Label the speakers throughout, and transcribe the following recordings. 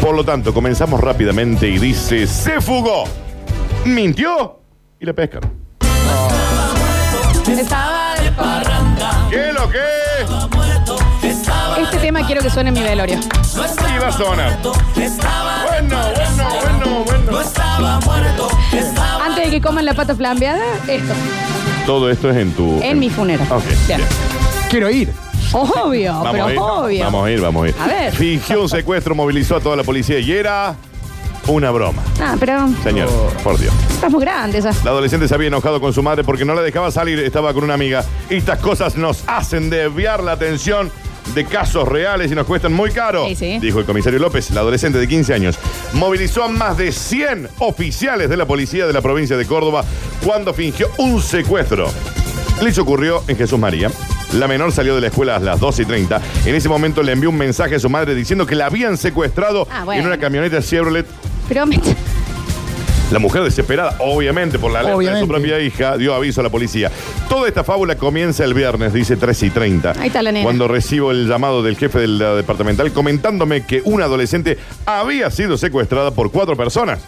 Speaker 1: Por lo tanto, comenzamos rápidamente y dice, se fugó, mintió y la pescan.
Speaker 2: Estaba de parra.
Speaker 1: ¿Qué lo que?
Speaker 2: Este tema quiero que suene en mi velorio.
Speaker 1: Y va a sonar. Bueno, bueno, bueno, bueno.
Speaker 2: Antes de que coman la pata flambeada, esto.
Speaker 1: Todo esto es en tu...
Speaker 2: En mi funeral.
Speaker 1: Ok,
Speaker 2: Bien.
Speaker 1: bien.
Speaker 3: Quiero ir.
Speaker 2: Obvio, Ah, pero
Speaker 1: a ir,
Speaker 2: obvio.
Speaker 1: Vamos a ir, vamos a ir.
Speaker 2: A ver.
Speaker 1: Fingió un secuestro, movilizó a toda la policía y era una broma.
Speaker 2: Ah, pero
Speaker 1: Señor, por Dios.
Speaker 2: estás muy grande esa.
Speaker 1: La adolescente se había enojado con su madre porque no la dejaba salir, estaba con una amiga. Y estas cosas nos hacen desviar la atención de casos reales y nos cuestan muy caro,
Speaker 2: Sí, sí.
Speaker 1: dijo el comisario López, la adolescente de 15 años. Movilizó a más de 100 oficiales de la policía de la provincia de Córdoba cuando fingió un secuestro. Les ocurrió en Jesús María. La menor salió de la escuela a las 12 y 30. En ese momento le envió un mensaje a su madre diciendo que la habían secuestrado
Speaker 2: Ah, bueno.
Speaker 1: en una camioneta Chevrolet
Speaker 2: Pero me...
Speaker 1: la mujer desesperada, obviamente por la alerta de su
Speaker 3: Obviamente.
Speaker 1: propia hija, dio aviso a la policía. Toda esta fábula comienza el viernes, dice 3 y 30.
Speaker 2: Ahí está la nena.
Speaker 1: Cuando recibo el llamado del jefe de la departamental comentándome que una adolescente había sido secuestrada por cuatro personas.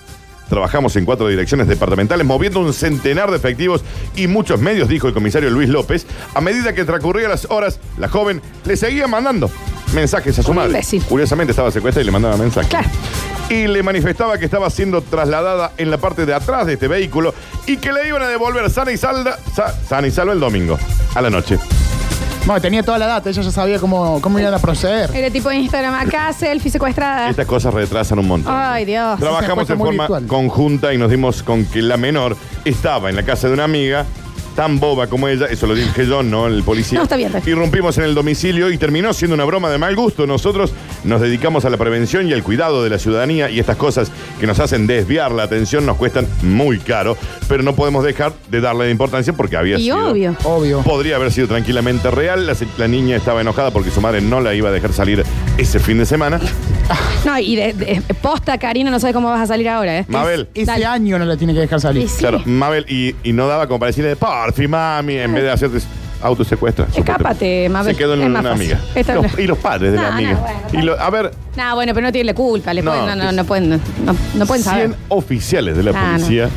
Speaker 1: Trabajamos en cuatro direcciones departamentales, moviendo un centenar de efectivos y muchos medios, dijo el comisario Luis López. A medida que transcurrían las horas, la joven le seguía mandando mensajes a su
Speaker 2: Un
Speaker 1: madre.
Speaker 2: imbécil.
Speaker 1: Curiosamente estaba secuestrada y le mandaba mensajes.
Speaker 2: Claro.
Speaker 1: Y le manifestaba que estaba siendo trasladada en la parte de atrás de este vehículo y que le iban a devolver sana y salda, sa- sana y salva el domingo, a la noche.
Speaker 3: Bueno, tenía toda la data, ella ya sabía cómo, cómo iban a proceder.
Speaker 2: Era tipo de Instagram acá, selfie secuestrada.
Speaker 1: Estas cosas retrasan un montón.
Speaker 2: Ay, Dios.
Speaker 1: Trabajamos
Speaker 3: Esa
Speaker 1: en
Speaker 3: es una
Speaker 1: forma
Speaker 3: cosa muy virtual.
Speaker 1: conjunta y nos dimos con que la menor estaba en la casa de una amiga, tan boba como ella, eso lo dije yo, no el policía.
Speaker 2: No, está bien, está bien.
Speaker 1: Irrumpimos en el domicilio y terminó siendo una broma de mal gusto. Nosotros nos dedicamos a la prevención y al cuidado de la ciudadanía y estas cosas que nos hacen desviar la atención nos cuestan muy caro, pero no podemos dejar de darle importancia porque había
Speaker 2: Y
Speaker 1: sido-
Speaker 2: obvio.
Speaker 3: Obvio.
Speaker 1: Podría haber sido tranquilamente real. La, se- la niña estaba enojada porque su madre no la iba a dejar salir ese fin de semana.
Speaker 2: No, y de, de- posta, Karina, no sabes cómo vas a salir ahora, ¿eh?
Speaker 1: Mabel.
Speaker 3: Ese
Speaker 2: Dale.
Speaker 3: año no la tiene que dejar
Speaker 2: Y
Speaker 3: salir.
Speaker 2: sí,
Speaker 1: Claro, Mabel, y, y no daba como para decirle, porfi, mami, en vez de hacerte autosecuestra.
Speaker 2: Escápate, Mabel.
Speaker 1: Se quedó en
Speaker 2: Es
Speaker 1: una
Speaker 2: más fácil.
Speaker 1: amiga.
Speaker 2: Esta
Speaker 1: Los-
Speaker 2: no.
Speaker 1: y los padres de la
Speaker 2: No, no,
Speaker 1: amiga.
Speaker 2: bueno,
Speaker 1: Y lo- a ver,
Speaker 2: No, bueno, pero no tiene la culpa. Le
Speaker 1: No,
Speaker 2: pueden- no, no,
Speaker 1: es-
Speaker 2: no pueden, no, no
Speaker 1: 100
Speaker 2: pueden saber.
Speaker 1: oficiales de la
Speaker 2: Ah, no.
Speaker 1: policía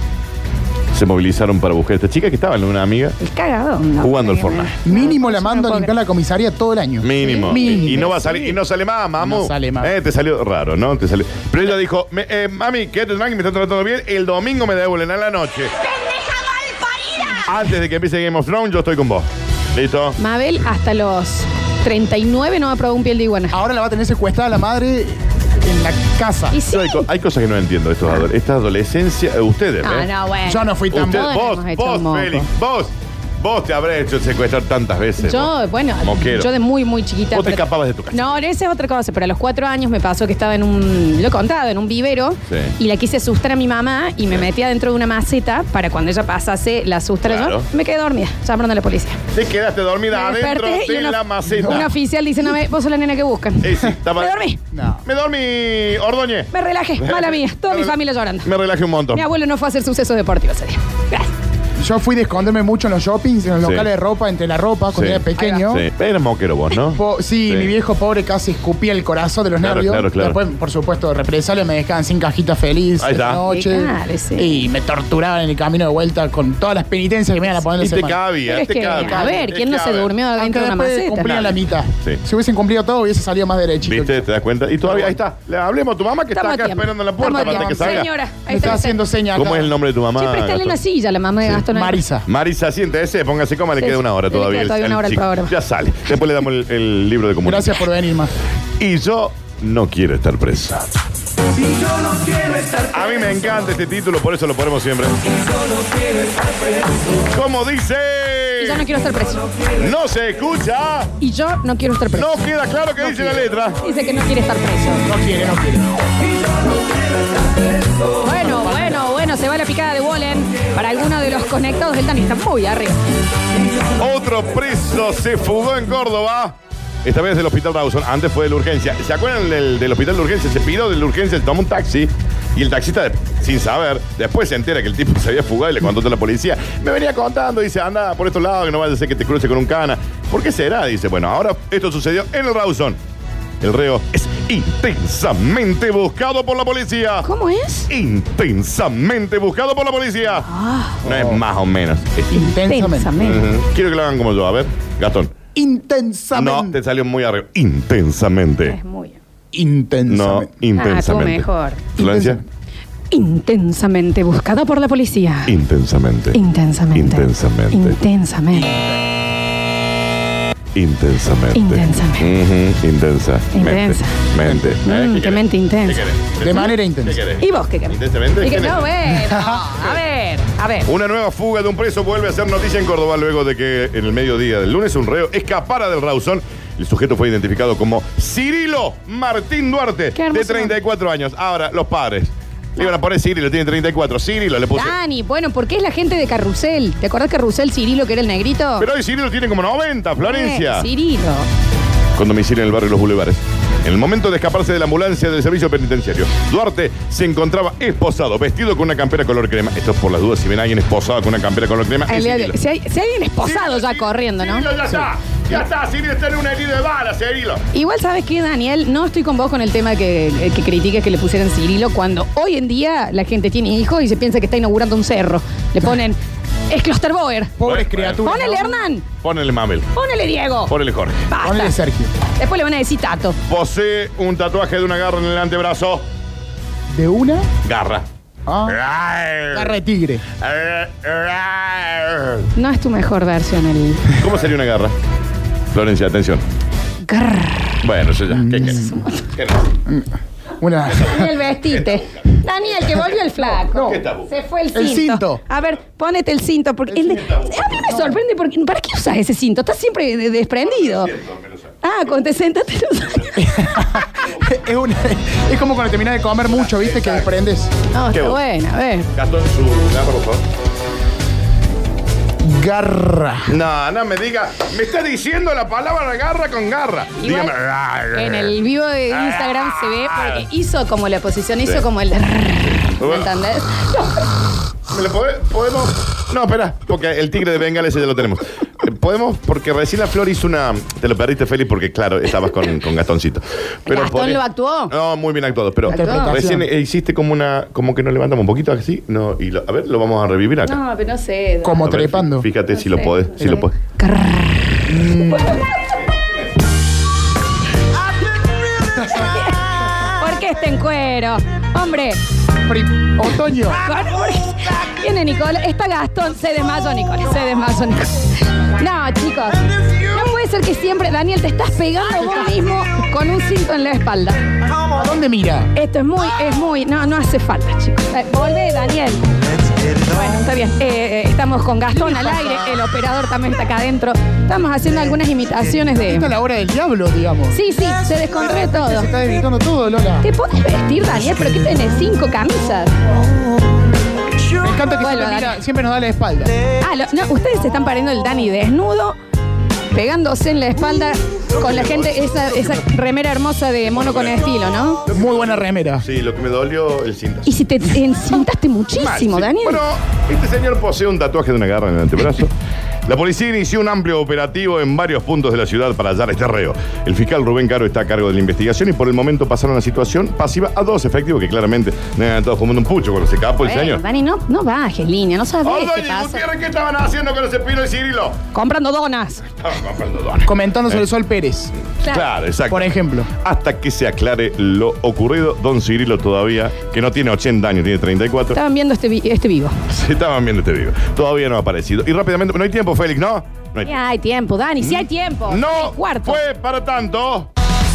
Speaker 1: se movilizaron para buscar a esta chica que estaba en una amiga.
Speaker 2: El cagado.
Speaker 1: Jugando al Fortnite.
Speaker 3: Mínimo la mando
Speaker 2: mando
Speaker 3: a limpiar la comisaría todo el año.
Speaker 1: Mínimo.
Speaker 3: Mínimo.
Speaker 1: Y no va a salir, y no sale más, mamu.
Speaker 3: No sale más.
Speaker 1: Eh, te salió raro, ¿no? Te salió. Pero ella dijo, me- eh, mami, quédate tranqui, me está tratando bien, el domingo me devuelven a la noche. Antes de que empiece Game of Thrones, yo estoy con vos. ¿Listo?
Speaker 2: Mabel hasta los 39 no va a probar un piel de iguana.
Speaker 3: Ahora la va a tener secuestrada la madre en la casa.
Speaker 2: Y sí.
Speaker 1: Yo Hay, co- hay cosas que no entiendo. Estos adole- esta adolescencia, eh, ustedes,
Speaker 2: No,
Speaker 1: ¿eh?
Speaker 2: Ah, no, bueno.
Speaker 3: Yo no fui tan
Speaker 1: Usted-
Speaker 2: Todos
Speaker 1: vos,
Speaker 2: hemos hecho un
Speaker 1: vos,
Speaker 2: moco.
Speaker 1: Félix, vos, vos te habré hecho secuestrar tantas veces.
Speaker 2: Yo,
Speaker 1: vos.
Speaker 2: bueno,
Speaker 1: Moquero.
Speaker 2: yo de muy, muy chiquita.
Speaker 1: Vos te
Speaker 2: pero-
Speaker 1: escapabas de tu casa.
Speaker 2: No, esa es otra cosa, pero a los cuatro años me pasó que estaba en un, lo he contado, en un vivero
Speaker 1: Sí.
Speaker 2: y la quise asustar a mi mamá y me
Speaker 1: Sí.
Speaker 2: metía dentro de una maceta para cuando ella pasase la asustara
Speaker 1: Claro.
Speaker 2: yo. Me quedé dormida, llamaron a la policía.
Speaker 1: Te quedaste dormida
Speaker 2: Me
Speaker 1: adentro
Speaker 2: desperté y
Speaker 1: de
Speaker 2: una-
Speaker 1: la maceta.
Speaker 2: Un oficial dice, no, me- vos sos la nena que buscan.
Speaker 1: Eh, sí, estaba-
Speaker 2: Me dormí,
Speaker 3: No.
Speaker 1: Me dormí, Ordoñez.
Speaker 2: me relajé, mala mía, toda mi familia llorando.
Speaker 1: Me relajé un montón.
Speaker 2: Mi abuelo no fue a hacer sucesos deportivos ese día. Gracias.
Speaker 3: Yo fui de esconderme mucho en los shoppings, en los
Speaker 1: Sí.
Speaker 3: locales de ropa, entre la ropa, cuando
Speaker 1: Sí.
Speaker 3: era pequeño.
Speaker 1: Sí, eras moquero vos, ¿no?
Speaker 3: Po- sí,
Speaker 1: Sí.
Speaker 3: mi viejo pobre casi escupía el corazón de los
Speaker 1: Claro,
Speaker 3: nervios.
Speaker 1: claro, claro.
Speaker 3: Después, por supuesto, represalias me dejaban sin cajita feliz
Speaker 1: Ahí está.
Speaker 3: esa noche.
Speaker 2: Sí, claro, sí.
Speaker 3: Y me torturaban en el camino de vuelta con todas las penitencias que me iban a poner en
Speaker 1: Y
Speaker 3: la
Speaker 1: te
Speaker 3: semana.
Speaker 1: cabía,
Speaker 2: Pero es
Speaker 1: te
Speaker 2: que,
Speaker 1: cabía.
Speaker 2: a ver,
Speaker 1: te
Speaker 2: ¿quién no se
Speaker 1: cabía.
Speaker 2: durmió
Speaker 3: Aunque
Speaker 2: dentro de una
Speaker 3: después
Speaker 2: maceta?
Speaker 3: cumplían la mitad.
Speaker 1: Sí.
Speaker 3: Si hubiesen cumplido todo, hubiese salido más derechito.
Speaker 1: ¿Viste? ¿Te das cuenta? Y todavía, ahí está. Le hablemos a tu mamá que
Speaker 2: Estamos a
Speaker 1: está acá
Speaker 2: tiempo.
Speaker 1: esperando en la
Speaker 2: Estamos
Speaker 1: puerta
Speaker 2: a
Speaker 1: para que
Speaker 2: tiempo.
Speaker 1: salga.
Speaker 2: Señora,
Speaker 3: Me
Speaker 2: ahí
Speaker 3: está
Speaker 2: está.
Speaker 3: haciendo señas.
Speaker 1: ¿Cómo
Speaker 3: acá.
Speaker 1: es el nombre de tu mamá?
Speaker 2: Che, préstale
Speaker 1: Gastón?
Speaker 2: la silla a la mamá de Gastón. ¿eh? ahí.
Speaker 3: Marisa.
Speaker 1: Marisa, siéntese, póngase coma, le
Speaker 2: Sí,
Speaker 1: queda una hora
Speaker 2: le queda
Speaker 1: todavía. el-
Speaker 2: todavía una
Speaker 1: el
Speaker 2: hora al
Speaker 1: chico.
Speaker 2: programa.
Speaker 1: Ya sale. Después le damos el, el libro de comunicación.
Speaker 3: Gracias por venir, más.
Speaker 1: Y yo no quiero estar presa. A mí me encanta este título, por eso lo ponemos siempre. Como dice,
Speaker 2: Y yo no quiero estar preso.
Speaker 1: no se escucha,
Speaker 2: Y yo no quiero estar preso.
Speaker 1: no queda claro qué dice la letra.
Speaker 2: Dice que no quiere estar preso.
Speaker 3: No quiere, no quiere.
Speaker 2: Bueno, bueno, bueno, se va la picada de Wallen. Para alguno de los conectados del Tani está muy arriba.
Speaker 1: Otro preso se fugó en Córdoba. Esta vez del hospital Rawson. Antes fue de la urgencia. ¿Se acuerdan del, del hospital de urgencia? Se piró de la urgencia, se tomó un taxi. Y el taxista, de- sin saber, después se entera que el tipo se había fugado y le contó a la policía. Me venía contando, dice, anda por estos lados, que no vaya a ser que te cruce con un cana. ¿Por qué será? Dice, bueno, ahora esto sucedió en el Rawson. El reo es intensamente buscado por la policía.
Speaker 2: ¿Cómo es?
Speaker 1: Intensamente buscado por la policía. No es más o menos. es in-
Speaker 3: Intensamente.
Speaker 2: Intensamente.
Speaker 1: Ujú. Quiero que lo hagan como yo. A ver, Gastón.
Speaker 3: Intensamente.
Speaker 1: No, te salió muy arriba. Intensamente.
Speaker 2: Es muy bien.
Speaker 1: No,
Speaker 3: Intensamente.
Speaker 1: intensamente.
Speaker 2: Ah, estuvo mejor.
Speaker 1: Florencia,
Speaker 2: Intensamente buscada por la policía.
Speaker 1: intensamente.
Speaker 2: Intensamente.
Speaker 1: Intensamente.
Speaker 2: Intensamente.
Speaker 1: Intensamente.
Speaker 2: Intensamente.
Speaker 1: Ujú, Intensa.
Speaker 2: Intensa.
Speaker 1: Mente. ¿Eh?
Speaker 2: Mm,
Speaker 1: ¿Qué
Speaker 2: qué
Speaker 1: querés?
Speaker 2: mente intensa.
Speaker 1: ¿Qué querés?
Speaker 3: De manera
Speaker 1: ¿Qué
Speaker 3: intensa.
Speaker 1: querés?
Speaker 2: ¿Y vos qué querés?
Speaker 1: Intensamente,
Speaker 2: Y que
Speaker 1: ¿quién es?
Speaker 2: no, bueno. A ver, a ver.
Speaker 1: Una nueva fuga de un preso vuelve a ser noticia en Córdoba luego de que en el mediodía del lunes un reo escapara del Rausón. El sujeto fue identificado como Cirilo Martín Duarte,
Speaker 2: Qué
Speaker 1: de
Speaker 2: hermoso
Speaker 1: 34 años. Ahora, los padres. Le iban a poner Cirilo, tiene 34. Cirilo le puse.
Speaker 2: Dani, bueno, ¿por qué es la gente de Carrusel? ¿Te acordás Carrusel Cirilo, que era el negrito?
Speaker 1: Pero hoy Cirilo tiene como 90, Florencia.
Speaker 2: Eh, Cirilo.
Speaker 1: con domicilio en el barrio Los Bulevares. En el momento de escaparse de la ambulancia del servicio penitenciario, Duarte se encontraba esposado, vestido con una campera color crema. Esto es por las dudas, si ven a alguien esposado con una campera color crema.
Speaker 2: El
Speaker 1: es
Speaker 2: día
Speaker 1: Ah,
Speaker 2: de-
Speaker 1: Cirilo.
Speaker 2: si, hay, si hay alguien esposado
Speaker 1: Cirilo,
Speaker 2: ya
Speaker 1: Cirilo,
Speaker 2: corriendo, ¿no?
Speaker 1: Cirilo, ya está. Ya está, Cirilo está en una herida de eh, bala, Cirilo.
Speaker 2: Igual sabes que, Daniel, no estoy con vos con el tema que, eh, que critiques que le pusieran Cirilo cuando hoy en día la gente tiene hijos y se piensa que está inaugurando un cerro. Le ponen, es Klosterboer.
Speaker 3: Pobres
Speaker 1: Bueno,
Speaker 3: criaturas.
Speaker 2: Ponele
Speaker 3: ¿no?
Speaker 2: Hernán,
Speaker 1: Ponele Mabel,
Speaker 2: ponele Diego.
Speaker 1: ponele Jorge.
Speaker 2: Basta.
Speaker 3: Ponele Sergio.
Speaker 2: Después le van a decir Tato.
Speaker 1: Posee un tatuaje de una garra en el antebrazo.
Speaker 3: De una.
Speaker 1: Garra.
Speaker 3: Ah, garra de
Speaker 1: Garra.
Speaker 3: tigre.
Speaker 2: No es tu mejor versión el...
Speaker 1: ¿Cómo sería una garra? Florencia, atención.
Speaker 2: Grrr.
Speaker 1: Bueno, eso ya.
Speaker 2: Mm.
Speaker 1: ¿Qué querés? ¿Qué querés?
Speaker 3: Una.
Speaker 2: Y el vestite. Daniel, que volvió el flaco.
Speaker 1: ¿Qué tabú?
Speaker 2: Se fue el cinto.
Speaker 3: El cinto.
Speaker 2: A mí ponete el cinto. Porque el de- a mí me sorprende porque. ¿Para qué usas ese cinto? Estás siempre de- desprendido. Ah, cuando te sentas te lo sacas.
Speaker 3: es, una- es como cuando terminas de comer mucho, ¿viste? Que desprendes.
Speaker 2: No,
Speaker 1: Qué
Speaker 2: está
Speaker 1: bueno.
Speaker 2: bueno, a ver.
Speaker 1: Gastón, su garra, por favor.
Speaker 3: Garra.
Speaker 1: No, no me diga. Me está diciendo la palabra garra con garra. ah,
Speaker 2: Igual, en el vivo de Instagram se ve porque hizo como la posición, hizo
Speaker 1: Sí.
Speaker 2: como el. ¿Me entendés?
Speaker 1: ¿Me lo pode- podemos? No, espera, porque el tigre de Bengala ese ya lo tenemos. Eh, Podemos, porque recién la Flor hizo una. Te lo perdiste, Félix, porque claro, estabas con, con Gastoncito.
Speaker 2: ¿Gastón
Speaker 1: pone-
Speaker 2: lo actuó?
Speaker 1: No, muy bien actuado, pero
Speaker 2: Actuó.
Speaker 1: recién eh, hiciste como una. Como que nos levantamos un poquito así. No, y lo- a ver, lo vamos a revivir acá.
Speaker 2: No, pero no sé.
Speaker 3: Como
Speaker 1: A ver,
Speaker 3: trepando.
Speaker 1: Fíjate
Speaker 2: No
Speaker 1: si lo
Speaker 2: sé.
Speaker 1: podés, si lo podés.
Speaker 2: ¿Por qué está este en cuero? Hombre.
Speaker 3: Pri- Otoño.
Speaker 2: Viene Nicolás, está Gastón, se desmayó Nicolás, se desmayó Nicolás. No, chicos, no puede ser que siempre, Daniel, te estás pegando vos mismo con un cinto en la espalda.
Speaker 3: ¿A dónde mira?
Speaker 2: Esto es muy, es muy, no, no hace falta, chicos. Eh, volvé, Daniel. Bueno, está bien. Eh, eh, estamos con Gastón al aire, el operador también está acá adentro. Estamos haciendo algunas imitaciones
Speaker 3: Esta es
Speaker 2: de...
Speaker 3: la hora del diablo, digamos.
Speaker 2: Sí, sí, se descontrola todo.
Speaker 3: Se está evitando todo, Lola.
Speaker 2: ¿Te podés vestir, Daniel? ¿Pero qué tenés? ¿Cinco camisas?
Speaker 3: Me encanta que
Speaker 2: Vuelva,
Speaker 3: siempre,
Speaker 2: Dani.
Speaker 3: mira- siempre nos da la espalda.
Speaker 2: Ah, lo- no, ustedes se están pariendo el Dani desnudo, pegándose en la espalda con la gente, esa, esa remera hermosa de mono con estilo, ¿no?
Speaker 3: Muy buena remera.
Speaker 1: Sí, lo que me dolió el cinto.
Speaker 2: Y si te encintaste muchísimo,
Speaker 1: Mal, sí.
Speaker 2: Daniel.
Speaker 1: Bueno, este señor posee un tatuaje de una garra en el antebrazo. La policía inició un amplio operativo en varios puntos de la ciudad para hallar este reo. El fiscal Rubén Caro está a cargo de la investigación y por el momento pasaron la situación pasiva a dos efectivos que claramente no eran todos fumando un pucho cuando se escapó el
Speaker 2: Bueno,
Speaker 1: pues, señor. Oh,
Speaker 2: Dani, no, no bajes línea, no sabes
Speaker 1: Ordóñez
Speaker 2: qué pasa.
Speaker 1: Gutiérrez, ¿qué estaban haciendo con ese pino y Cirilo?
Speaker 2: Comprando donas.
Speaker 1: Estaban comprando donas.
Speaker 3: Comentando
Speaker 1: Eh.
Speaker 3: sobre Sol Pérez,
Speaker 2: Claro.
Speaker 1: Claro, exacto.
Speaker 3: por ejemplo.
Speaker 1: Hasta que se aclare lo ocurrido, don Cirilo todavía, que no tiene 80 años, tiene 34,
Speaker 2: Estaban viendo este, vi- este vivo.
Speaker 1: se estaban viendo este video. Todavía no ha aparecido. Y rápidamente, no hay tiempo, Félix, ¿no? No hay
Speaker 2: Sí hay tiempo, Dani, sí hay tiempo.
Speaker 1: Mm. No
Speaker 2: Hay cuarto.
Speaker 1: fue para tanto.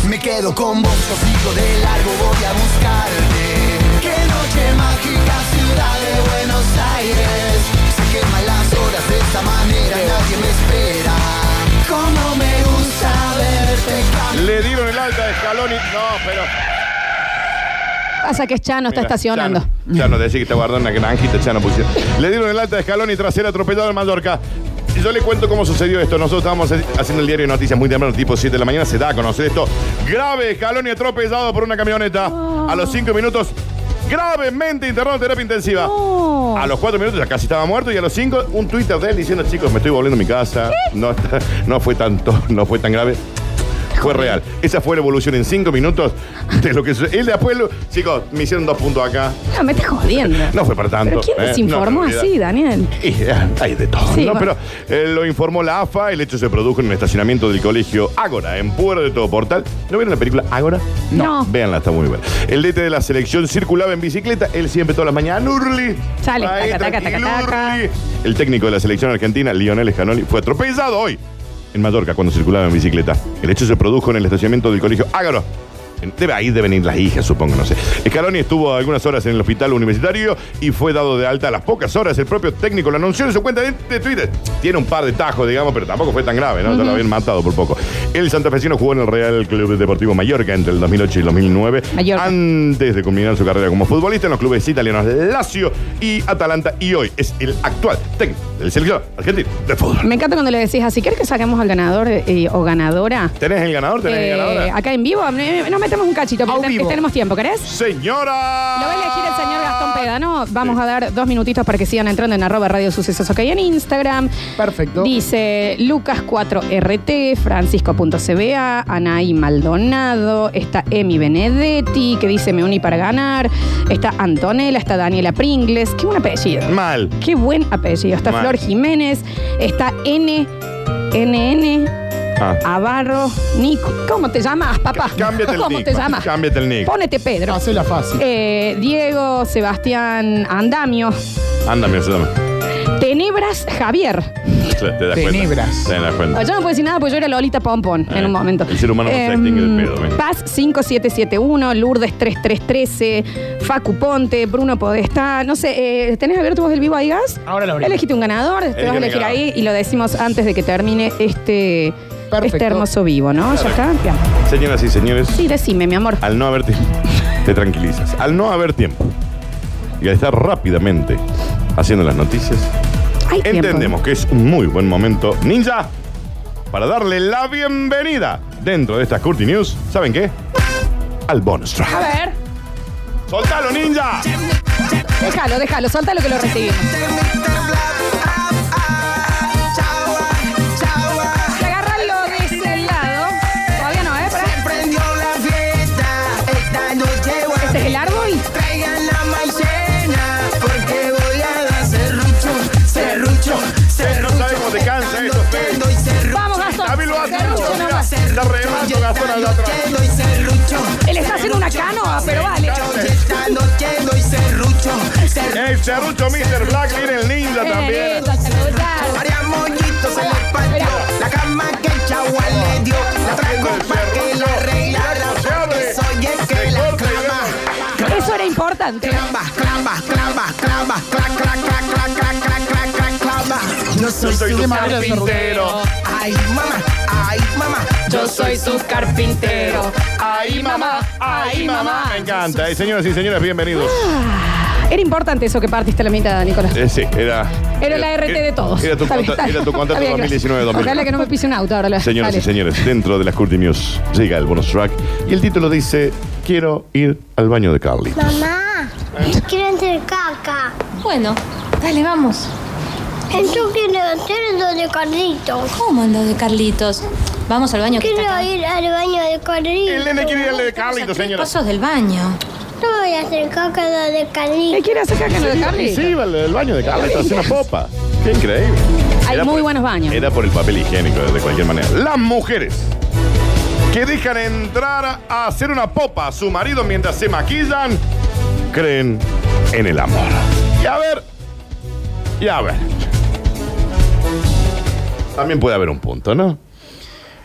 Speaker 4: Me quedo con vos, yo sigo de largo, voy a buscarte. Qué noche mágica, ciudad de Buenos Aires. Se queman las horas de esta manera, nadie me espera. Cómo me gusta verte caminar.
Speaker 1: Le dieron el alta de escalón y. No, pero.
Speaker 2: Pasa que Chano está estacionando.
Speaker 1: Chano, Chano, decía que está guardando una granjita, Chano pusieron. Le dieron el alta de escalón y tras ser atropellado en Mallorca. Yo le cuento cómo sucedió esto. Nosotros estábamos haciendo el diario de noticias muy temprano, tipo 7 de la mañana. Se da a conocer esto. Grave escalón y atropellado por una camioneta. A los 5 minutos, gravemente internado en terapia intensiva.
Speaker 2: No.
Speaker 1: A los 4 minutos ya casi estaba muerto y a los 5 un Twitter de él diciendo, chicos, me estoy volviendo a mi casa. No, está- no fue tanto, no fue tan grave. fue real. Esa fue la evolución en cinco minutos de lo que sucedió. El de Apuelo, chicos, me hicieron dos puntos acá.
Speaker 2: No, me estás jodiendo.
Speaker 1: No fue para tanto.
Speaker 2: ¿Pero quién
Speaker 1: eh?
Speaker 2: desinformó
Speaker 1: No, en
Speaker 2: así,
Speaker 1: realidad.
Speaker 2: Daniel?
Speaker 1: Y, eh, hay de todo.
Speaker 2: Sí,
Speaker 1: ¿no?
Speaker 2: bueno.
Speaker 1: Pero eh, lo informó la AFA, el hecho se produjo en el estacionamiento del colegio Ágora, en Puebla de Todo Portal. ¿No vieron la película Ágora?
Speaker 2: No.
Speaker 1: Véanla, está muy buena. El DT de la selección circulaba en bicicleta, él siempre todas las mañanas, Urli.
Speaker 2: Sale,
Speaker 1: Ahí,
Speaker 2: taca, taca,
Speaker 1: tranquilo,
Speaker 2: taca, taca.
Speaker 1: Urli. El técnico de la selección argentina, Lionel Escanoli, fue atropellado hoy en Mallorca cuando circulaba en bicicleta. El hecho se produjo en el estacionamiento del colegio Ágora. En- Debe, ahí deben ir las hijas, supongo, no sé. Escaloni estuvo algunas horas en el hospital universitario y fue dado de alta a las pocas horas. El propio técnico lo anunció en su cuenta de, de Twitter. Tiene un par de tajos, digamos, pero tampoco fue tan grave, ¿no? Ya lo habían matado por poco. El santafesino jugó en el Real Club Deportivo Mallorca entre el 2008 y el 2009.
Speaker 2: Mallorca.
Speaker 1: Antes de culminar su carrera como futbolista en los clubes italianos Lazio y Atalanta. Y hoy es el actual técnico del selección argentino de fútbol.
Speaker 2: Me encanta cuando le decís así, ¿quieres que saquemos al ganador eh, o ganadora?
Speaker 1: ¿Tenés el ganador? ¿Tenés
Speaker 2: Eh,
Speaker 1: el ganador?
Speaker 2: acá en vivo, eh, nos metemos un cachito,
Speaker 3: Au
Speaker 2: porque ten-
Speaker 3: vivo. Ah.
Speaker 2: tenemos tiempo, ¿querés?
Speaker 1: Señora.
Speaker 2: Lo va a elegir el señor Gastón Pedano. Vamos
Speaker 1: Sí.
Speaker 2: a dar dos minutitos para que sigan entrando en arroba radio sucesos ok en Instagram.
Speaker 3: Perfecto.
Speaker 2: Dice Lucas4RT, Francisco.cba, Anaí Maldonado, está Emi Benedetti, que dice me uní para ganar, está Antonella, está Daniela Pringles, qué buen apellido.
Speaker 1: Mal.
Speaker 2: Qué buen apellido. Está
Speaker 1: Mal.
Speaker 2: Flor Jiménez, está N, NN,
Speaker 1: Ah.
Speaker 2: Abarro, Nico. ¿Cómo te llamas, papá?
Speaker 1: C- cámbiate el
Speaker 2: ¿Cómo
Speaker 1: nick,
Speaker 2: te
Speaker 1: ma-
Speaker 2: llamas?
Speaker 1: cámbiate el nick.
Speaker 2: Pónete Pedro.
Speaker 3: Hace la fácil.
Speaker 2: Eh, Diego, Sebastián Andamio,
Speaker 1: Anda, mira, se llama.
Speaker 2: Tenebras Javier.
Speaker 1: Te das cuenta.
Speaker 3: Tenebras.
Speaker 1: Te das cuenta.
Speaker 2: Ah, Yo no puedo decir nada porque yo era Lolita Pompón
Speaker 1: Eh,
Speaker 2: en un momento. Em,
Speaker 1: el ser humano no se extingue del pedo, ¿ves?
Speaker 2: Paz 5771, Lourdes 3313, Facu Ponte, Bruno Podestá. No sé, eh, ¿tenés abierto vos el vivo ahí, Gas?
Speaker 3: Ahora lo abrimos.
Speaker 2: Elegiste un ganador, te
Speaker 1: Elegí
Speaker 2: vas a
Speaker 1: un
Speaker 2: elegir
Speaker 1: ganador.
Speaker 2: ahí y lo decimos antes de que termine este,
Speaker 3: Perfecto.
Speaker 2: este hermoso vivo, ¿no? ¿Ya está? Bien.
Speaker 1: Señoras y señores,
Speaker 2: Sí, decime, mi amor.
Speaker 1: al no haber tiempo, te tranquilizas. Al no haber tiempo y al estar rápidamente haciendo las noticias,
Speaker 2: Hay tiempo.
Speaker 1: entendemos que es un muy buen momento, ninja, para darle la bienvenida dentro de estas Curti News. ¿Saben qué? Al bonus
Speaker 2: A
Speaker 1: track.
Speaker 2: ver,
Speaker 1: ¡Soltalo, ninja!
Speaker 2: déjalo, déjalo, suéltalo que lo recibimos. Agárralo de ese lado. Todavía no, ¿eh? Pará.
Speaker 4: Prendió la fiesta, esta noche voy a
Speaker 2: Este es el árbol.
Speaker 4: Traigan la maicena porque voy a dar serrucho, serrucho,
Speaker 1: No
Speaker 4: serrucho.
Speaker 1: sabemos de cansa esto,
Speaker 4: Te
Speaker 1: Fede.
Speaker 4: doy serrucho,
Speaker 2: Vamos, Gastón.
Speaker 1: David lo hace
Speaker 2: Serrucho
Speaker 1: mucho.
Speaker 2: nomás.
Speaker 1: Está remando Gastón allá atrás.
Speaker 4: te doy serrucho.
Speaker 2: Él está haciendo una canoa, pero vale.
Speaker 4: Esta noche doy serrucho, serrucho.
Speaker 1: El serrucho Mr. Black, miren el ninja
Speaker 2: Eh,
Speaker 1: también.
Speaker 2: saludar.
Speaker 4: Varias moñitos en el
Speaker 2: Mira.
Speaker 4: patio. La cama que el chaguán le dio. La traigo pa' que la arreglara. Porque soy el que la clama.
Speaker 1: ¿eh?
Speaker 2: Eso era importante.
Speaker 4: Clava, clava, clava, clava, clac, clac, clac, clac, clac, clac, clac, clac, clava. Yo soy
Speaker 1: Soy
Speaker 4: su
Speaker 1: tu
Speaker 3: manera
Speaker 2: eh,
Speaker 3: de
Speaker 1: carpintero.
Speaker 4: Ay, mamá, ay, mamá. Yo soy su carpintero.
Speaker 1: Ahí mamá, ahí mamá. Me encanta. Eh, señoras y señores, bienvenidos.
Speaker 2: Ah. Era importante eso que partiste la mitad, Nicolás.
Speaker 1: Eh, sí, era.
Speaker 2: Era la RT de todos.
Speaker 1: Era tu,
Speaker 2: Está bien,
Speaker 1: conta-
Speaker 2: está
Speaker 1: era tu
Speaker 2: bien.
Speaker 1: contrato
Speaker 2: Está bien, gracias.
Speaker 1: 2019-2020.
Speaker 2: Ojalá que no me pise un auto ahora.
Speaker 1: Señoras
Speaker 2: Dale.
Speaker 1: y señores, dentro de las Curti News llega el bonus track y el título dice: Quiero ir al baño de Carly.
Speaker 5: Mamá, quiero hacer caca.
Speaker 6: Bueno, dale, vamos.
Speaker 5: Yo quiero hacer lo de Carlitos.
Speaker 6: ¿Cómo lo de Carlitos? Vamos al baño. que está
Speaker 5: Quiero
Speaker 6: acá.
Speaker 5: ir al baño de
Speaker 1: El nene quiere ir al
Speaker 5: Carlitos.
Speaker 1: de Carlitos, señora.
Speaker 6: Pasos del baño.
Speaker 5: No voy a hacer caca lo de
Speaker 2: ¿Qué
Speaker 5: Carlitos.
Speaker 2: quiere hacer acá que no dejarle?
Speaker 1: Sí, al al baño de Carly, hace una popa. Qué increíble.
Speaker 2: Hay muy buenos baños.
Speaker 1: Era por el papel higiénico, de cualquier manera. Las mujeres que dejan entrar a hacer una popa a su marido mientras se maquillan, creen en el amor. Y a ver, y a ver. También puede haber un punto, ¿no?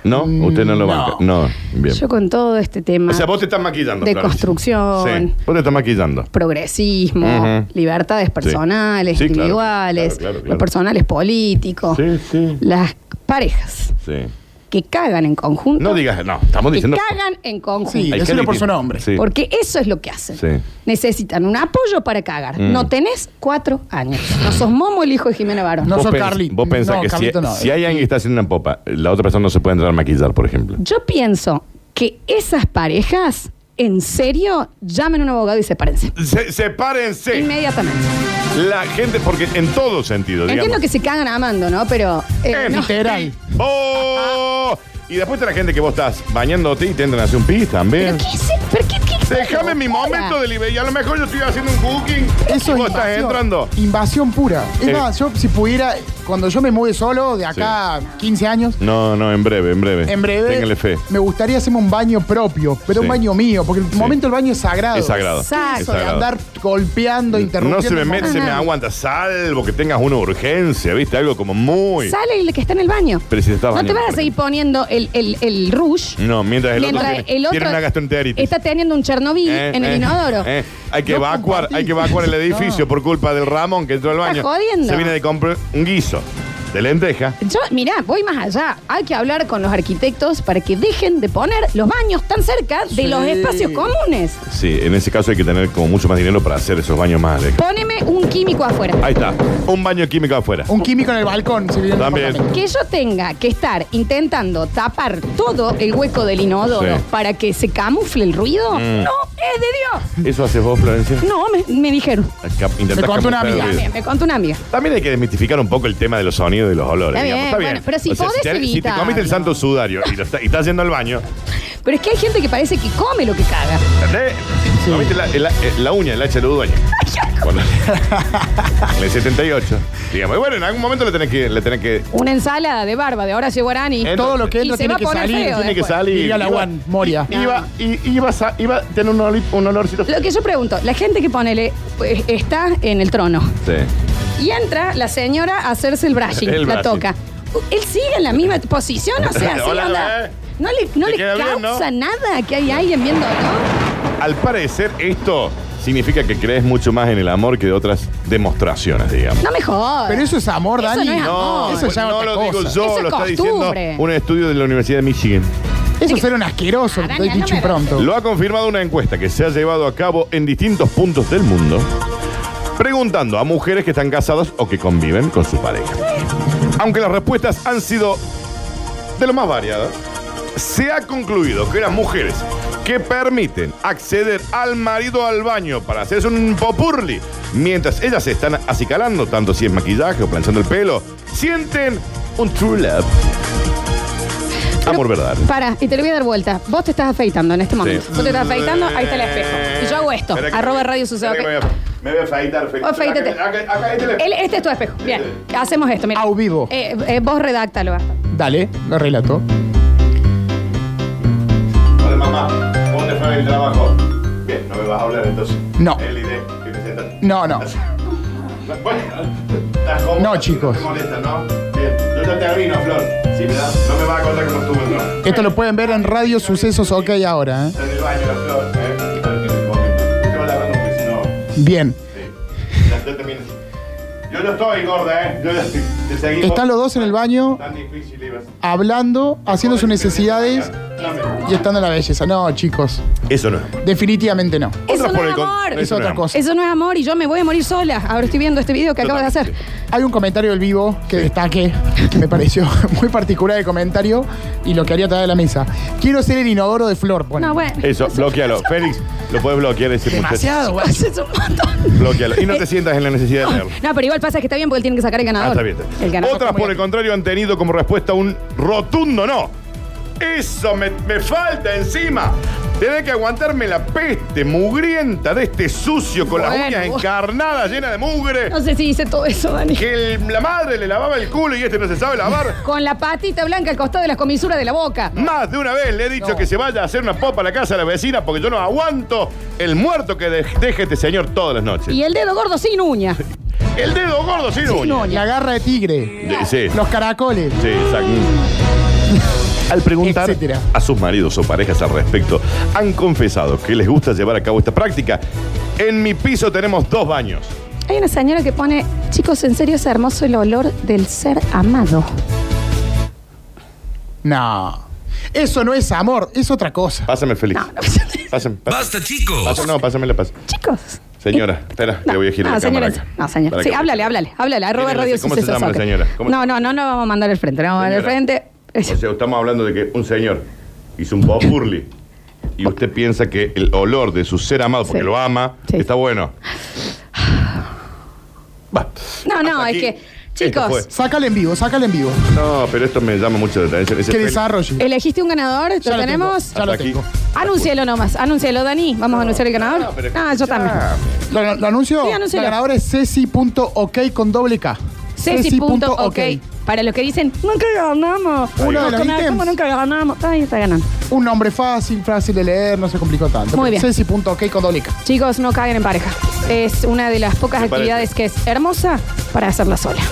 Speaker 1: ¿No? Usted no lo banca. No, bien.
Speaker 2: Yo con todo este tema.
Speaker 1: O sea, vos te estás maquillando.
Speaker 2: De
Speaker 1: Florencia.
Speaker 2: construcción.
Speaker 1: Sí, vos te estás maquillando.
Speaker 2: progresismo,
Speaker 1: Ujú.
Speaker 2: libertades personales,
Speaker 1: Sí, claro,
Speaker 2: individuales,
Speaker 1: claro, claro, claro.
Speaker 2: los personales políticos,
Speaker 1: Sí, sí.
Speaker 2: las parejas
Speaker 1: Sí.
Speaker 2: que cagan en conjunto.
Speaker 1: No digas, no, estamos
Speaker 2: que
Speaker 1: diciendo.
Speaker 2: cagan en
Speaker 3: Sí,
Speaker 2: conjunto.
Speaker 1: Hay
Speaker 3: decirlo
Speaker 1: que
Speaker 3: por su
Speaker 1: admitir.
Speaker 3: nombre.
Speaker 1: Sí.
Speaker 2: Porque eso es lo que hacen.
Speaker 1: Sí. Mm.
Speaker 2: Necesitan un apoyo para cagar. No tenés cuatro años. No sos momo el hijo de Jimena Barón.
Speaker 3: No.
Speaker 1: Vos
Speaker 3: sos
Speaker 1: pens-
Speaker 3: Carlito.
Speaker 1: Vos pensás
Speaker 3: No,
Speaker 1: que si,
Speaker 3: Carlito no.
Speaker 1: si hay alguien que está haciendo una popa, la otra persona no se puede entrar a maquillar, por ejemplo.
Speaker 2: Yo pienso que esas parejas, en serio, llamen a un abogado y sepárense.
Speaker 1: Se- sepárense.
Speaker 2: Inmediatamente.
Speaker 1: La gente, porque en todo sentido, digamos.
Speaker 2: Entiendo que se cagan amando, ¿no? Pero. eh,
Speaker 1: Eh,
Speaker 2: no.
Speaker 3: Literal.
Speaker 1: ¡Oh! Y después está la gente que vos estás bañándote y te entran a hacer un pis también.
Speaker 2: ¿Pero qué es? ¿Pero qué, qué- qué-
Speaker 1: Déjame mi
Speaker 2: Hola.
Speaker 1: momento de libertad. Y a lo mejor yo estoy haciendo un cooking.
Speaker 3: Eso
Speaker 1: y
Speaker 3: es
Speaker 1: vos estás
Speaker 3: invasión.
Speaker 1: entrando.
Speaker 3: Invasión pura. Es
Speaker 1: Eh.
Speaker 3: más, yo si pudiera, cuando yo me mude solo, de acá a 15 años,
Speaker 1: No, no, en breve, en breve.
Speaker 3: en breve,
Speaker 1: Téngale fe.
Speaker 3: me gustaría hacerme un baño propio, pero
Speaker 1: Sí.
Speaker 3: un baño mío, porque el
Speaker 1: Sí.
Speaker 3: momento del baño es sagrado.
Speaker 1: Es sagrado.
Speaker 3: ¿Qué es
Speaker 2: Exacto.
Speaker 1: Es
Speaker 3: Eso de
Speaker 1: sagrado.
Speaker 3: andar golpeando,
Speaker 1: No
Speaker 3: interrumpiendo.
Speaker 1: se me
Speaker 3: el
Speaker 1: mete,
Speaker 3: momento.
Speaker 1: se me aguanta, salvo que tengas una urgencia, ¿viste? Algo como muy.
Speaker 2: Sale el que está en el baño.
Speaker 1: Pero si te estás
Speaker 2: No te
Speaker 1: bañando,
Speaker 2: vas a
Speaker 1: por
Speaker 2: seguir poniendo el, el, el rouge.
Speaker 1: No, mientras el
Speaker 2: mientras
Speaker 1: otro, tiene,
Speaker 2: el otro
Speaker 1: tiene una gastroenteritis.
Speaker 2: está teniendo un Chernobyl
Speaker 1: Eh,
Speaker 2: en el
Speaker 1: eh,
Speaker 2: inodoro.
Speaker 1: eh. Hay que
Speaker 3: No
Speaker 1: evacuar,
Speaker 3: compartí.
Speaker 1: hay que evacuar el edificio
Speaker 3: No.
Speaker 1: por culpa del Ramón que entró al baño.
Speaker 2: Está jodiendo.
Speaker 1: Se viene de comprar un guiso de lenteja.
Speaker 2: Yo, mirá, voy más allá. Hay que hablar con los arquitectos para que dejen de poner los baños tan cerca de
Speaker 3: Sí.
Speaker 2: los espacios comunes.
Speaker 1: Sí, en ese caso hay que tener como mucho más dinero para hacer esos baños más alejados.
Speaker 2: Póneme un químico afuera.
Speaker 1: Ahí está, un baño químico afuera.
Speaker 3: Un químico en el balcón, si bien
Speaker 1: También.
Speaker 2: Que yo tenga que estar intentando tapar todo el hueco del inodoro
Speaker 1: Sí. Mm.
Speaker 2: para que se camufle el ruido, no, es de
Speaker 1: ¿Eso haces vos, Florencia?
Speaker 2: Dios. No, me, me dijeron.
Speaker 1: Acá intentás
Speaker 3: Me contó una
Speaker 1: camuflar el
Speaker 3: amiga.
Speaker 1: ruido.
Speaker 2: También, me contó una amiga.
Speaker 1: También hay que desmitificar un poco el tema de los sonidos y los olores.
Speaker 2: Está
Speaker 1: digamos.
Speaker 2: bien,
Speaker 1: Está bien.
Speaker 2: bueno, pero si podés
Speaker 1: te- si, te,
Speaker 2: evitarlo.
Speaker 1: comiste el santo sudario y, lo está- y estás yendo al baño,
Speaker 2: Pero es que hay gente que parece que come lo que caga.
Speaker 1: ¿entendés? Comiste la, el- el- la uña, el hacha de dueño. Cuando- en el 78. Digamos, y bueno, en algún momento le tenés que. Le tenés que
Speaker 2: Una ensalada de barba de Horacio Guarani.
Speaker 1: Eh,
Speaker 3: Todo lo que
Speaker 2: Y
Speaker 3: entra
Speaker 2: se va
Speaker 3: tiene
Speaker 2: a
Speaker 3: que
Speaker 2: poner
Speaker 3: salir.
Speaker 2: feo, ¿eh?
Speaker 1: tiene que
Speaker 2: después.
Speaker 1: salir.
Speaker 3: Diría la
Speaker 1: Iba-
Speaker 3: Juan, Moria.
Speaker 1: Iba, y, iba, a- iba a tener un, olor- un olorcito.
Speaker 2: Lo que yo pregunto, la gente que ponele eh, está en el trono
Speaker 1: Sí.
Speaker 2: y entra la señora a hacerse el brushing,
Speaker 1: El
Speaker 2: la
Speaker 1: brushing.
Speaker 2: toca. Él sigue en la misma posición, o sea, así
Speaker 1: Hola,
Speaker 2: onda.
Speaker 1: ¿eh?
Speaker 2: No le, no
Speaker 1: ¿Te
Speaker 2: le
Speaker 1: queda bien,
Speaker 2: causa nada que hay alguien viendo, ¿no?
Speaker 1: Al parecer, esto significa que crees mucho más en el amor que de otras demostraciones, digamos.
Speaker 2: No me jodas.
Speaker 3: Pero eso es amor,
Speaker 2: Eso
Speaker 3: Dani.
Speaker 2: no es
Speaker 1: No,
Speaker 2: amor.
Speaker 1: eso
Speaker 3: Eso ya
Speaker 1: no
Speaker 3: otra
Speaker 1: lo
Speaker 3: cosa.
Speaker 1: digo yo,
Speaker 2: Oh. Eso es
Speaker 1: lo está diciendo
Speaker 2: costumbre.
Speaker 1: un estudio de la Universidad de Michigan.
Speaker 3: Eso será un asqueroso,
Speaker 2: Araña,
Speaker 3: te he
Speaker 2: no
Speaker 3: dicho
Speaker 2: me-
Speaker 3: pronto.
Speaker 1: Lo ha confirmado una encuesta que se ha llevado a cabo en distintos puntos del mundo, preguntando a mujeres que están casadas o que conviven con su pareja. Aunque las respuestas han sido de lo más variadas, se ha concluido que las mujeres que permiten acceder al marido al baño para hacerse un popurli, mientras ellas se están acicalando, tanto si es maquillaje o planchando el pelo, sienten un true love. Amor verdad.
Speaker 2: Para, y te lo voy a dar vuelta. Vos te estás afeitando en este momento. Vos te estás afeitando, ahí está el espejo. Y yo hago esto.
Speaker 1: Eh. Espera que-
Speaker 2: Arroba radio sucede.
Speaker 1: espera que Me voy a- me voy a afeitar, Felipe.
Speaker 2: Vos afeítate.
Speaker 1: Acá- acá- acá hay teléfono.
Speaker 2: El- este es tu espejo. Bien, hacemos esto, mira.
Speaker 3: Au vivo.
Speaker 2: Eh, eh, vos redáctalo, basta.
Speaker 3: Dale, lo relato.
Speaker 1: Hola, mamá. ¿Cómo te fue el trabajo? Bien, no me vas a hablar entonces.
Speaker 3: No.
Speaker 1: Él y de- que te sientan.
Speaker 3: No, no.
Speaker 1: Bueno, estás cómodo,
Speaker 3: No, chicos.
Speaker 1: No te molesta, ¿no? Bien. Yo ya te avino, Flor. Sí, ¿verdad? No me vas a contar cómo estuvo, ¿no?
Speaker 3: Esto lo pueden ver en Radio Sucesos OK ahora. ¿eh?
Speaker 1: Está en el baño, la Flor. ¿eh? Está en el momento. Te va ladrando porque si no...
Speaker 3: Bien.
Speaker 1: sí. Ya- ya termina. Yo no estoy gorda, ¿eh? Yo ya te seguí.
Speaker 3: Están los dos en el baño
Speaker 1: Tan difícil ibas.
Speaker 3: hablando, haciendo sus necesidades y estando en la belleza. No, chicos,
Speaker 1: Eso no es.
Speaker 3: definitivamente no.
Speaker 2: Eso
Speaker 1: Otras
Speaker 2: no
Speaker 1: por
Speaker 2: es
Speaker 1: el con-
Speaker 2: amor.
Speaker 1: eso
Speaker 3: Es otra
Speaker 1: no es amor.
Speaker 3: cosa.
Speaker 2: Eso no es amor y yo me voy a morir sola. Ahora estoy viendo este video que acabas de hacer.
Speaker 3: Hay un comentario del vivo que destaque, que me pareció muy particular el comentario y lo que haría traer a la mesa. Quiero ser el inodoro de flor, pone.
Speaker 2: No, bueno.
Speaker 1: Eso, bloquealo. Félix, lo puedes bloquear ese
Speaker 3: Demasiado, güey.
Speaker 2: Eso es un montón.
Speaker 1: muchacho. Bloquealo. Y no te sientas en la necesidad de leerlo.
Speaker 2: No, pero igual pasa que está bien porque tienen que sacar el ganador.
Speaker 1: Ah, está bien, está bien.
Speaker 2: El ganador.
Speaker 1: Otras,
Speaker 2: está muy
Speaker 1: por el
Speaker 2: bien.
Speaker 1: contrario, han tenido como respuesta un rotundo no. Eso me, me falta encima. Tener que aguantarme la peste mugrienta de este sucio con las
Speaker 2: Bueno,
Speaker 1: uñas
Speaker 2: vos-
Speaker 1: encarnadas, llena de mugre.
Speaker 2: No sé si hice todo eso, Dani.
Speaker 1: Que el- la madre le lavaba el culo y este no se sabe lavar.
Speaker 2: Con la patita blanca al costado de las comisuras de la boca.
Speaker 1: Más de una vez le he dicho
Speaker 3: No.
Speaker 1: que se vaya a hacer una popa a la casa de la vecina porque yo no aguanto el muerto que de- deje este señor todas las noches.
Speaker 2: Y el dedo gordo sin uña.
Speaker 1: El dedo gordo sin
Speaker 2: Sin
Speaker 1: uña.
Speaker 3: La
Speaker 2: uña.
Speaker 3: garra de tigre,
Speaker 1: De- Sí,
Speaker 3: los caracoles.
Speaker 1: sí, exacto. Al preguntar
Speaker 3: Etcétera.
Speaker 1: a sus maridos o parejas al respecto, han confesado que les gusta llevar a cabo esta práctica. En mi piso tenemos dos baños.
Speaker 2: Hay una señora que pone, chicos, en serio es hermoso el olor del ser amado.
Speaker 3: No. Eso no es amor, es otra cosa.
Speaker 1: Pásame, Félix.
Speaker 2: No, no, chicos.
Speaker 1: Pásame, pásame.
Speaker 7: Basta chicos.
Speaker 1: Pásame, no, pásame la paz. Señora, espera,
Speaker 2: No,
Speaker 1: le voy a girar
Speaker 2: no,
Speaker 1: la
Speaker 2: señora,
Speaker 1: cámara acá.
Speaker 2: No, señora.
Speaker 1: Para
Speaker 2: Sí,
Speaker 1: que-
Speaker 2: háblale, háblale, háblale. Arroba
Speaker 1: Tiene
Speaker 2: radio
Speaker 1: la- ¿cómo se
Speaker 2: Sucesos
Speaker 1: llama la
Speaker 2: Soccer.
Speaker 1: señora? ¿Cómo-
Speaker 2: No, no, no, no vamos a mandar al frente. No vamos a mandar al
Speaker 1: Señora.
Speaker 2: frente.
Speaker 1: O sea, estamos hablando de que un señor hizo un popurli y usted piensa que el olor de su ser amado, porque
Speaker 2: Sí.
Speaker 1: lo ama,
Speaker 2: Sí.
Speaker 1: está bueno. Va.
Speaker 2: No, no,
Speaker 1: Hasta
Speaker 2: es
Speaker 1: aquí.
Speaker 2: que.
Speaker 1: Esto
Speaker 2: Chicos,
Speaker 1: fue-
Speaker 3: Sácale en vivo, sácale en vivo.
Speaker 1: No, pero esto me llama mucho la atención. Ese
Speaker 3: Que
Speaker 1: pel-
Speaker 3: desarrolle.
Speaker 2: ¿elegiste un ganador? ¿Lo
Speaker 3: Ya lo tengo.
Speaker 2: tenemos?
Speaker 3: Ya lo
Speaker 1: Hasta aquí.
Speaker 3: tengo.
Speaker 2: Anúncialo nomás, anúncialo, Dani. Vamos a anunciar el ganador.
Speaker 1: no, pero
Speaker 2: Ah, yo
Speaker 1: escuchá.
Speaker 2: también.
Speaker 3: ¿Lo, lo anuncio?
Speaker 2: Sí, anúncialo.
Speaker 3: La ganadora es ceci.ok con doble K.
Speaker 2: Ceci.ok.
Speaker 3: Ceci.ok.
Speaker 2: Para los que dicen, nunca ganamos.
Speaker 3: Uno de
Speaker 2: Nos
Speaker 3: los
Speaker 2: conectamos,
Speaker 3: ítems.
Speaker 2: nunca ganamos. Ahí está ganando.
Speaker 3: Un nombre fácil, fácil de leer, no se complicó tanto.
Speaker 2: Muy bien.
Speaker 3: Ceci.ok con doble K.
Speaker 2: Chicos, no caguen en pareja. Es una de las pocas
Speaker 1: Me parece.
Speaker 2: actividades que es hermosa para hacerla sola.